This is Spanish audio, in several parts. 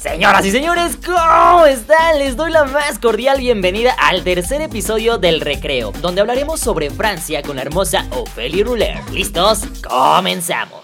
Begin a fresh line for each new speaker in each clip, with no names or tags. Señoras y señores, ¿cómo están? Les doy la más cordial bienvenida al tercer episodio del Recreo, donde hablaremos sobre Francia con la hermosa Ophélie Rouler. ¿Listos? ¡Comenzamos!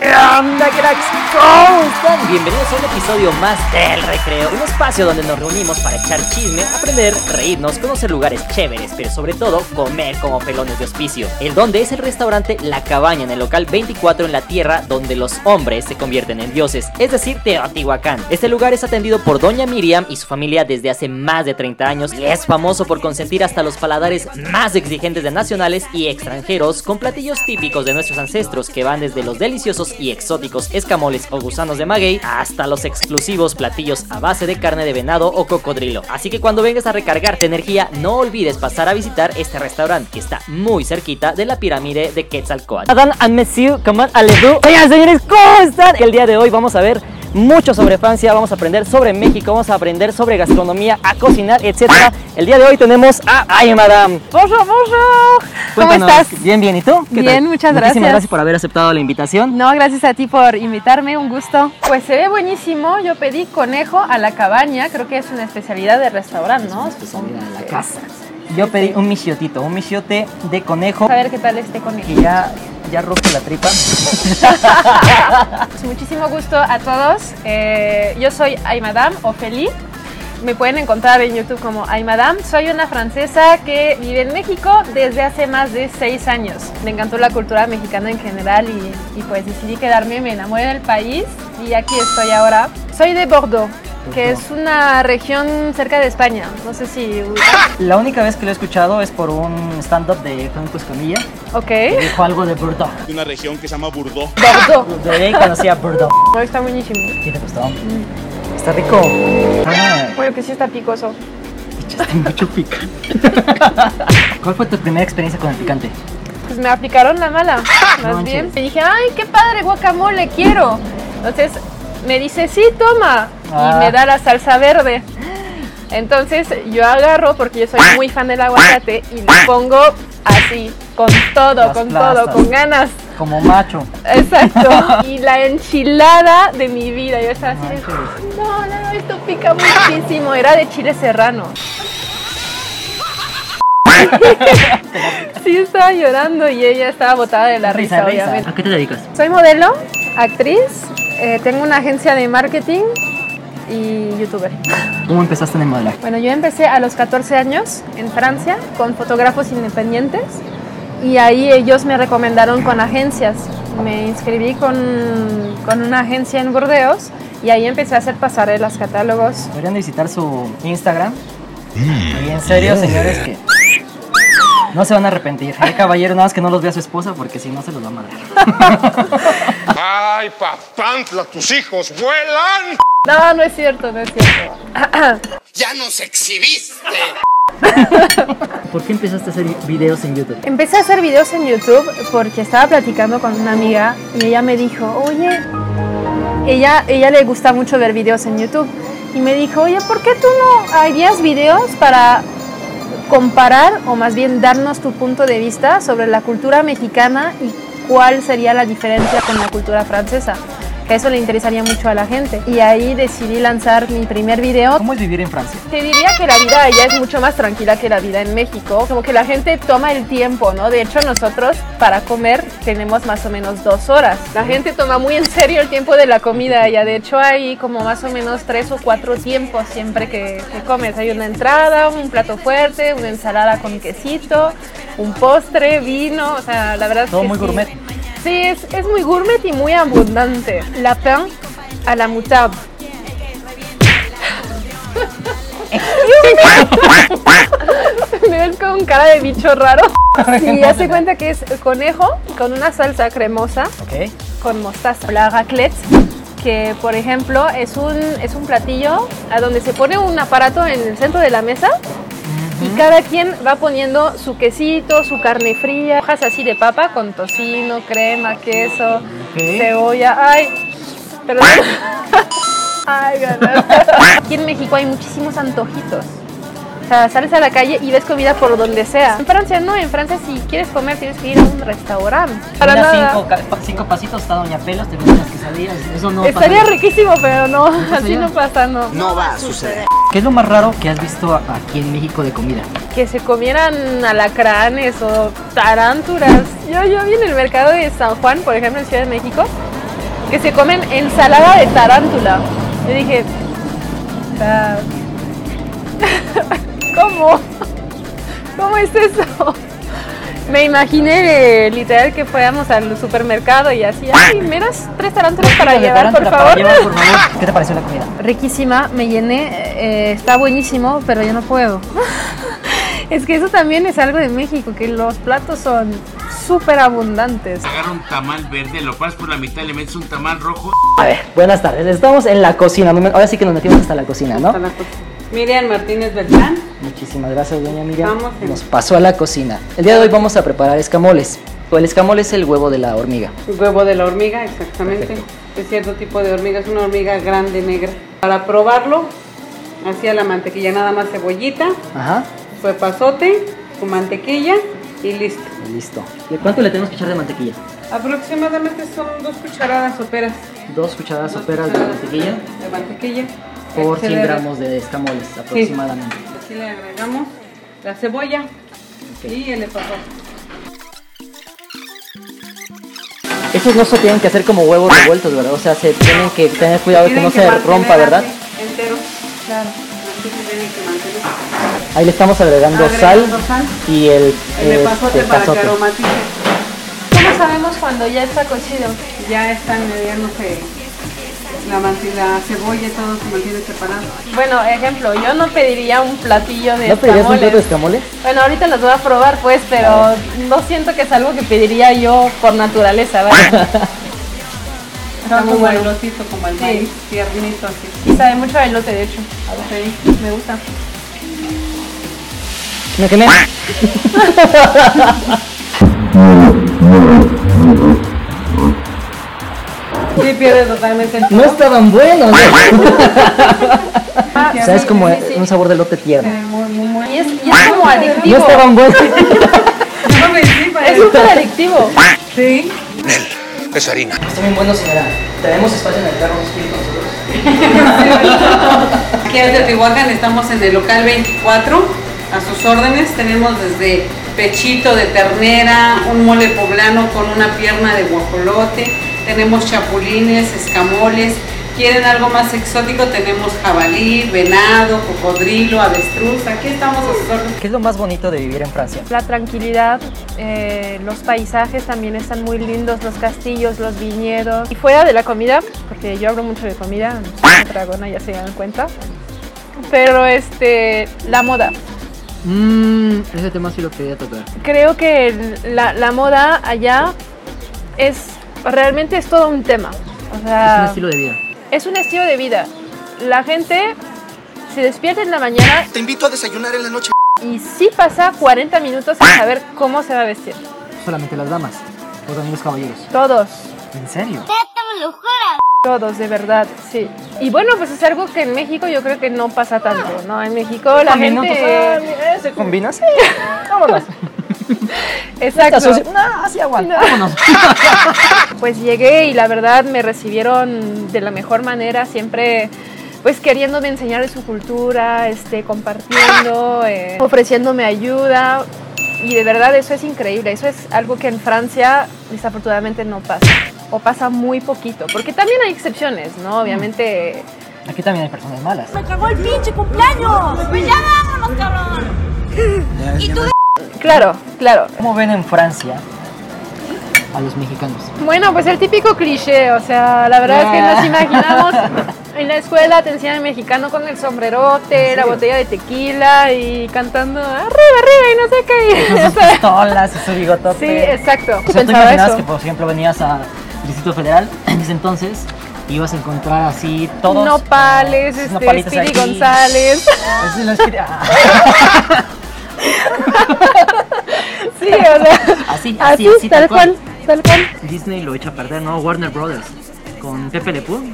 ¿Qué onda, cracks? ¿Cómo están? Bienvenidos a un episodio más del Recreo, un espacio donde nos reunimos para echar chisme, aprender, reírnos, conocer lugares chéveres, pero sobre todo comer como pelones de hospicio. El donde es el restaurante La Cabaña en el local 24 en la tierra donde los hombres se convierten en dioses, es decir, Teotihuacán. Este lugar es atendido por Doña Miriam y su familia desde hace más de 30 años y es famoso por consentir hasta los paladares más exigentes de nacionales y extranjeros con platillos típicos de nuestros ancestros que van desde los deliciosos y exóticos escamoles o gusanos de maguey hasta los exclusivos platillos a base de carne de venado o cocodrilo. Así que cuando vengas a recargarte energía, no olvides pasar a visitar este restaurante que está muy cerquita de la pirámide de Quetzalcoatl. Adán and Monsieur, comment allez-vous? Oigan, señores, ¿cómo están? El día de hoy vamos a ver mucho sobre Francia, vamos a aprender sobre México, vamos a aprender sobre gastronomía, a cocinar, etcétera. El día de hoy tenemos a Ay Madame.
Bonjour, bonjour.
Cuéntanos,
¿Cómo estás?
Bien, bien. ¿Y tú?
Bien, muchas
Muchísimas
gracias.
gracias por haber aceptado la invitación.
No, gracias a ti por invitarme, un gusto. Pues se ve buenísimo, yo pedí conejo a la cabaña, creo que es una especialidad del restaurante, ¿no?
especialidad de la
Sí.
casa. Yo pedí un michiotito, un michiote de conejo
A ver qué tal este
que
conejo.
ya, ya rojo la tripa.
Pues muchísimo gusto a todos, Eh, yo soy Ay Madame o Feli. Me pueden encontrar en YouTube como Ay Madame. Soy una francesa que vive en México desde hace más de seis años. Me encantó la cultura mexicana en general y, y pues decidí quedarme, me enamoré del país y aquí estoy ahora. Soy de Bordeaux, que
Bordeaux.
es una región cerca de España. No sé si...
La única vez que lo he escuchado es por un stand-up de Franco Escamilla que
Ok.
dijo algo de Bordeaux.
de una región que se llama Bordeaux.
Bordeaux.
De ahí conocía Bordeaux.
No, está buenísimo.
¿Qué te gustó? Está rico. Ah.
Bueno, que sí está picoso.
Echaste mucho picante. ¿Cuál fue tu primera experiencia con el picante?
Pues me aplicaron la mala, más
manches.
bien. Me dije, ay, qué padre, guacamole, quiero. Entonces me dice, sí, toma.
Ah.
Y me da la salsa verde. Entonces yo agarro, porque yo soy muy fan del aguacate, y le pongo así, con todo,
Las
con
plazas.
todo, con ganas.
Como macho.
Exacto. y la enchilada de mi vida. Yo estaba así, de,
Manches.
"Uf, no, no, no, esto pica muchísimo. Era de chile serrano. sí, estaba llorando y ella estaba botada de la risa, obviamente.
¿A qué te dedicas?
Soy modelo, actriz, eh, tengo una agencia de marketing y youtuber.
¿Cómo empezaste en el modelaje?
Bueno, yo empecé a los 14 años en Francia con fotógrafos independientes y ahí ellos me recomendaron con agencias. Me inscribí con, con una agencia en Burdeos y ahí empecé a hacer pasarelas, catálogos.
Deberían de visitar su Instagram. Y en serio, señores, que no se van a arrepentir. El caballero nada más que no los vea su esposa porque si no se los va a madrear.
¡Ay, papantla! ¡Tus hijos vuelan!
No, no es cierto, no es cierto.
¡Ya nos exhibiste!
¿Por qué empezaste a hacer videos en YouTube?
Empecé a hacer videos en YouTube porque estaba platicando con una amiga y ella me dijo, oye, ella, ella le gusta mucho ver videos en YouTube. Y me dijo, oye, ¿por qué tú no harías videos para comparar o más bien darnos tu punto de vista sobre la cultura mexicana y cuál sería la diferencia con la cultura francesa? Que eso le interesaría mucho a la gente. Y ahí decidí lanzar mi primer video.
¿Cómo es vivir en Francia?
Te diría que la vida allá es mucho más tranquila que la vida en México. Como que la gente toma el tiempo, ¿no? De hecho, nosotros para comer tenemos más o menos dos horas. La gente toma muy en serio el tiempo de la comida allá. De hecho, hay como más o menos tres o cuatro tiempos siempre que, que comes. Hay una entrada, un plato fuerte, una ensalada con quesito, un postre, vino. O sea, la verdad es
Todo
que
muy
sí.
gourmet.
Sí, es, es muy gourmet y muy abundante. La pan a la moutarde. Me ves con cara de bicho raro. Y hace cuenta que es conejo con una salsa cremosa
Ok.
con mostaza. La raclette, que por ejemplo es un, es un platillo a donde se pone un aparato en el centro de la mesa y cada quien va poniendo su quesito, su carne fría, hojas así de papa con tocino, crema, queso, cebolla. Ay, perdón. Ay, ganas. Aquí en México hay muchísimos antojitos. O sea, sea, sales a la calle y ves comida por donde sea. En Francia no, en Francia si quieres comer tienes que ir a un restaurante. Para
Mira,
nada.
cinco, ca- cinco pasitos está Doña Pelos, te venden las quesadillas. Eso no
Estaría
pasa.
riquísimo, pero no,
pasa
así
ya?
no pasa, no.
No va a suceder.
¿Qué es lo más raro que has visto a- aquí en México de comida?
Que se comieran alacranes o tarántulas. Yo, yo vi en el mercado de San Juan, por ejemplo, en Ciudad de México, que se comen ensalada de tarántula. Yo dije, "Ta- ¿cómo? ¿Cómo es eso? Me imaginé eh, literal que fuéramos al supermercado y así, ay, menos tres tarántulas para
Dígame,
llevar, por
tarántula, para
favor.
llevar, por favor. ¿Qué te pareció la comida?
riquísima, me llené, eh, está buenísimo, pero yo no puedo. es que eso también es algo de México, que los platos son súper abundantes.
Agarra un tamal verde, lo pasas por la mitad y le metes un tamal rojo.
A ver, buenas tardes. Estamos en la cocina. Muy- Ahora sí que nos metimos hasta la cocina, ¿no?
Miriam Martínez Beltrán.
Muchísimas gracias, doña Miriam.
Vamos en-
Nos pasó a la cocina. El día de hoy vamos a preparar escamoles. El escamole es el huevo de la hormiga.
Huevo de la hormiga, exactamente.
Perfecto.
Es cierto tipo de hormiga, es una hormiga grande negra. Para probarlo, hacía la mantequilla, nada más cebollita,
Ajá.
fue pasote, su mantequilla y listo.
Listo. ¿Y cuánto le tenemos que echar de mantequilla?
Aproximadamente son dos cucharadas soperas.
Dos cucharadas
Dos
soperas de
cucharadas
mantequilla
De mantequilla.
por
Se
100
le-
gramos de escamoles aproximadamente.
Aquí le agregamos la cebolla y el epazote.
Estos no se tienen que hacer como huevos revueltos, ¿verdad? O sea, se tienen que tener cuidado que
Tienen
no se
mantener
rompa, ¿verdad?
así, Entero. Claro. Así se tienen que mantener.
Ahí le estamos agregando,
Agregando
sal,
sal.
y el,
El epazote
este,
para que
epazote.
aromatice.
¿Cómo sabemos cuando ya está cocido?
Ya están mediándose la, man- la cebolla y todo se mantiene separado.
Bueno, ejemplo, yo no pediría un platillo de
¿No pedirías un plato de Ah.
escamoles.
escamoles?
Bueno, ahorita los voy a probar pues, pero no siento que es algo que pediría yo por naturaleza, ¿vale?
Está muy
muy bueno.
bailosito como el
Sí.
maíz, tiernito así.
Y sabe mucho a elote, de hecho.
Sí.
Me gusta.
Me quemé.
Sí, pierde totalmente el
No estaban buenos.
Ah,
¿Sabes
sí,
como
sí, sí.
un sabor de lote tierno?
muy, muy, muy.
Y es, y es como
No
adictivo.
estaban buenos.
No me encima,
Es
eh.
súper adictivo.
Sí.
Es harina.
Están bien buenos, señora. Tenemos espacio en el carro, nos quiere nosotros.
Aquí en Teotihuacán estamos en el local 24, a sus órdenes. Tenemos desde pechito de ternera, un mole poblano con una pierna de guajolote, tenemos chapulines, escamoles. ¿Quieren algo más exótico? Tenemos jabalí, venado, cocodrilo, avestruz. Aquí estamos a sus órdenes.
¿Qué es lo más bonito de vivir en Francia?
La tranquilidad, eh, los paisajes también están muy lindos, los castillos, los viñedos. Y fuera de la comida, porque yo hablo mucho de comida, soy una dragona ya se dan cuenta. Pero este, la moda.
Mmm, ese tema sí lo quería tocar.
Creo que la, la moda allá es realmente es todo un tema. O sea,
de vida.
es un estilo de vida. La gente se despierta en la mañana
Te invito a desayunar en la noche.
y sí pasa 40 minutos en saber cómo se va a vestir.
Solamente las damas, o también los caballeros.
Todos.
¿En serio?
Todos, de verdad, sí. Y bueno, pues es algo que en México yo creo que no pasa tanto, ¿no? En México la gente... Ah,
¿Se combina? Sí. Vámonos.
Exacto.
No, así aguanta. Vámonos.
Pues llegué y la verdad me recibieron de la mejor manera, siempre pues queriéndome enseñar de su cultura, este, compartiendo, eh, ofreciéndome ayuda. Y de verdad eso es increíble, eso es algo que en Francia desafortunadamente no pasa, o pasa muy poquito, porque también hay excepciones, ¿no? Obviamente...
Aquí también hay personas malas.
¡Me cagó el pinche cumpleaños! ¡Pues ya vámonos, cabrón! ¿Y tú de
Claro, claro.
¿Cómo ven en Francia a los mexicanos?
Bueno, pues el típico cliché, o sea, la verdad es que nos imaginamos en la escuela te enseñan el mexicano con el sombrerote, la botella de tequila y cantando arriba, arriba y no sé qué.
Con
y, o
sus
sea,
pistolas y su bigotote.
sí, exacto.
O sea, tú
Pensaba
imaginabas
eso.
que, por ejemplo, venías a Distrito Federal en ese entonces y ibas a encontrar así todos.
Nopales,
ah,
este,
nopalitos
Speedy
aquí.
González.
Ese es el Speedy- ah,
Sí, o sea,
Así, así,
así,
así,
tal cual, tal cual.
Disney lo echa a perder, ¿no? Warner Brothers con Pepe Le Pew.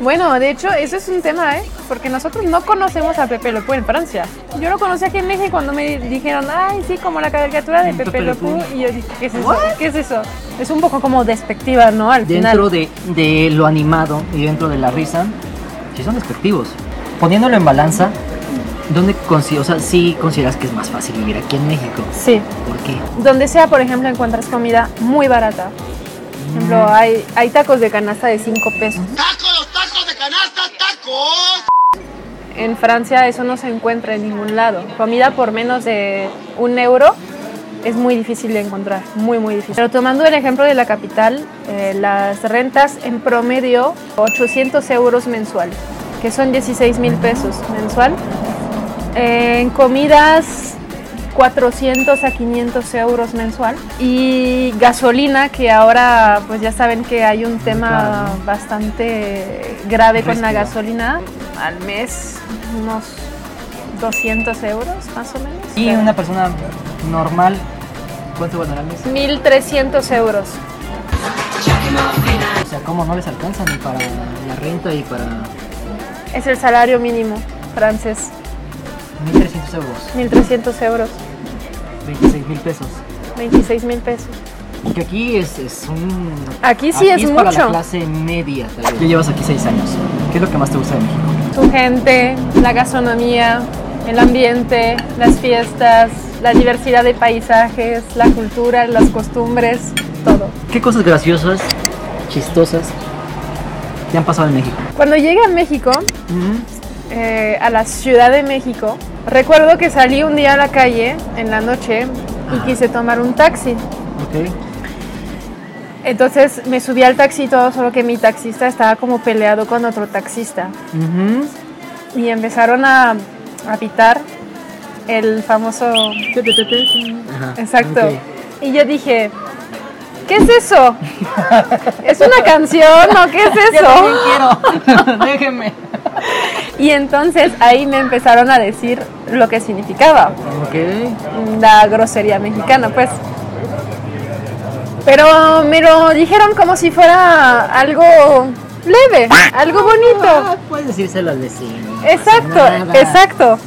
Bueno, de hecho, eso es un tema, ¿eh? Porque nosotros no conocemos a Pepe Le Pew en Francia. Yo lo conocí aquí en México cuando me dijeron, ay, sí, como la caricatura de Mm, Pepe, Le Pew. Y yo dije, ¿qué es eso? ¿Qué es eso? Es un poco como despectiva, ¿no? Al
Dentro
final.
de, de lo animado y dentro de la risa, sí son despectivos. Poniéndolo en balanza, ¿dónde consi- o sea, sí consideras que es más fácil vivir aquí en México?
Sí.
¿Por qué?
Donde sea, por ejemplo, encuentras comida muy barata. Por ejemplo, hay, hay tacos de canasta de 5 pesos.
¡Tacos, los tacos de canasta, tacos!
En Francia eso no se encuentra en ningún lado. Comida por menos de un euro es muy difícil de encontrar, muy, muy difícil. Pero tomando el ejemplo de la capital, eh, las rentas en promedio 800 euros mensual, que son 16 mil pesos mensual. En comidas 400 a 500 euros mensual. Y gasolina, que ahora pues ya saben que hay un tema
Claro.
bastante grave con la
Respira.
gasolina. Al mes unos 200 euros más o menos.
Y
Pero-
una persona normal, ¿cuánto ganará al mes?
1300 euros.
O sea, ¿cómo no les alcanza ni para la renta y para
Es el salario mínimo francés.
1.300 euros?
1300 euros,
26 mil pesos.
26 mil pesos.
Que aquí es, es un...
Aquí sí es
es para la
mucho.
clase media, tal vez. Ya llevas aquí 6 años. ¿Qué es lo que más te gusta de México?
Su gente, la gastronomía, el ambiente, las fiestas, la diversidad de paisajes, la cultura, las costumbres, todo.
¿Qué cosas graciosas, chistosas te han pasado en México?
Cuando llegué a México,
Mm,
eh, a la Ciudad de México, recuerdo que salí un día a la calle en la noche y quise tomar un taxi.
Ok.
Entonces me subí al taxi y todo, solo que mi taxista estaba como peleado con otro taxista. Y empezaron a, a pitar el famoso...
Ajá,
Exacto.
ok.
Y yo dije, ¿qué es eso? ¿Es una canción o qué es eso?
quiero. Déjeme.
Y entonces ahí me empezaron a decir lo que significaba.
Ok.
la grosería mexicana, pues. Pero me lo dijeron como si fuera algo leve, algo bonito.
Ah, puedes decírselo al vecino. no pasa
Exacto,
nada.
exacto.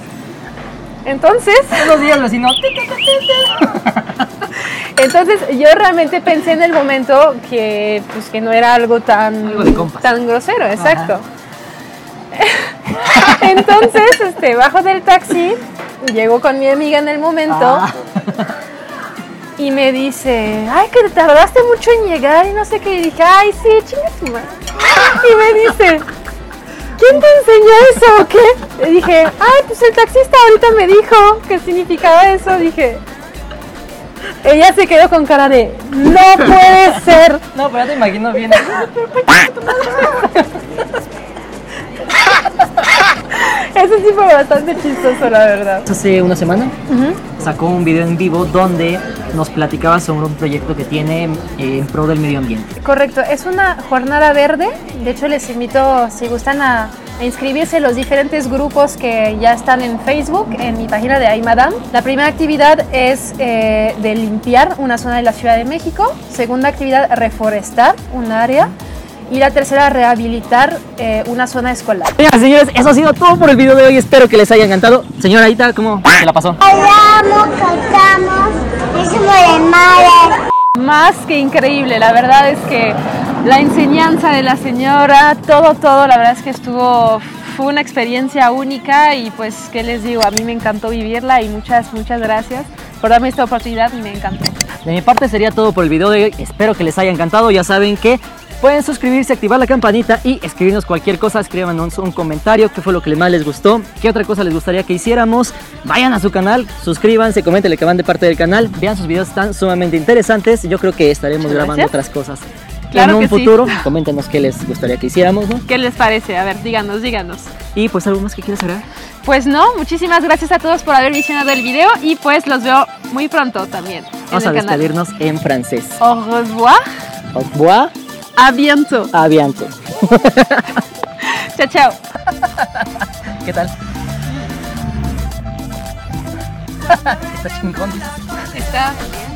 Entonces,
Buenos días, vecino.
entonces yo realmente pensé en el momento que pues que no era algo tan
Algo de compas.
tan grosero, exacto. entonces, este, bajo del taxi, llego con mi amiga en el momento.
Ah.
Y me dice, ay, que te tardaste mucho en llegar y no sé qué. Y dije, ay, sí, chinga tu madre. Y me dice, ¿quién te enseñó eso o qué? Y dije, ay, pues el taxista ahorita me dijo que significaba eso. Dije, ella se quedó con cara de, no puede ser.
No, pero ya te imagino bien.
Eso sí fue bastante chistoso, la verdad.
Hace una semana
Ujú.
sacó un video en vivo donde nos platicaba sobre un proyecto que tiene eh, en pro del medio ambiente.
Correcto, es una jornada verde. De hecho, les invito, si gustan, a, a inscribirse en los diferentes grupos que ya están en Facebook, en mi página de Aymadam. La primera actividad es eh, de limpiar una zona de la Ciudad de México. Segunda actividad, reforestar un área. Y la tercera, rehabilitar eh, una zona escolar.
Señoras y señores, eso ha sido todo por el video de hoy. Espero que les haya encantado. Señora Ita, ¿cómo se la pasó?
Bailamos, cantamos, hicimos de madre.
Más que increíble, la verdad es que la enseñanza de la señora, todo, todo, la verdad es que estuvo, fue una experiencia única y pues, ¿qué les digo? A mí me encantó vivirla y muchas, muchas gracias por darme esta oportunidad, me encantó.
De mi parte sería todo por el video de hoy. Espero que les haya encantado. Ya saben que pueden suscribirse, activar la campanita y escribirnos cualquier cosa. Escríbanos un comentario, qué fue lo que más les gustó, qué otra cosa les gustaría que hiciéramos. Vayan a su canal, suscríbanse, comenten lo que van de parte del canal. Vean sus videos, están sumamente interesantes. Yo creo que estaremos
Muchas
grabando
gracias.
otras cosas.
Claro
en un
que sí.
futuro, coméntenos qué les gustaría que hiciéramos, ¿no?
¿Qué les parece? A ver, díganos, díganos.
Y pues algo más que quieras agregar.
Pues no, muchísimas gracias a todos por haber visionado el video y pues los veo muy pronto también en
Vamos a
el canal.
despedirnos en francés.
Au revoir,
Au revoir,
a bientôt,
à bientôt.
chao chao.
¿Qué tal? Está chingón. dices.
Está bien.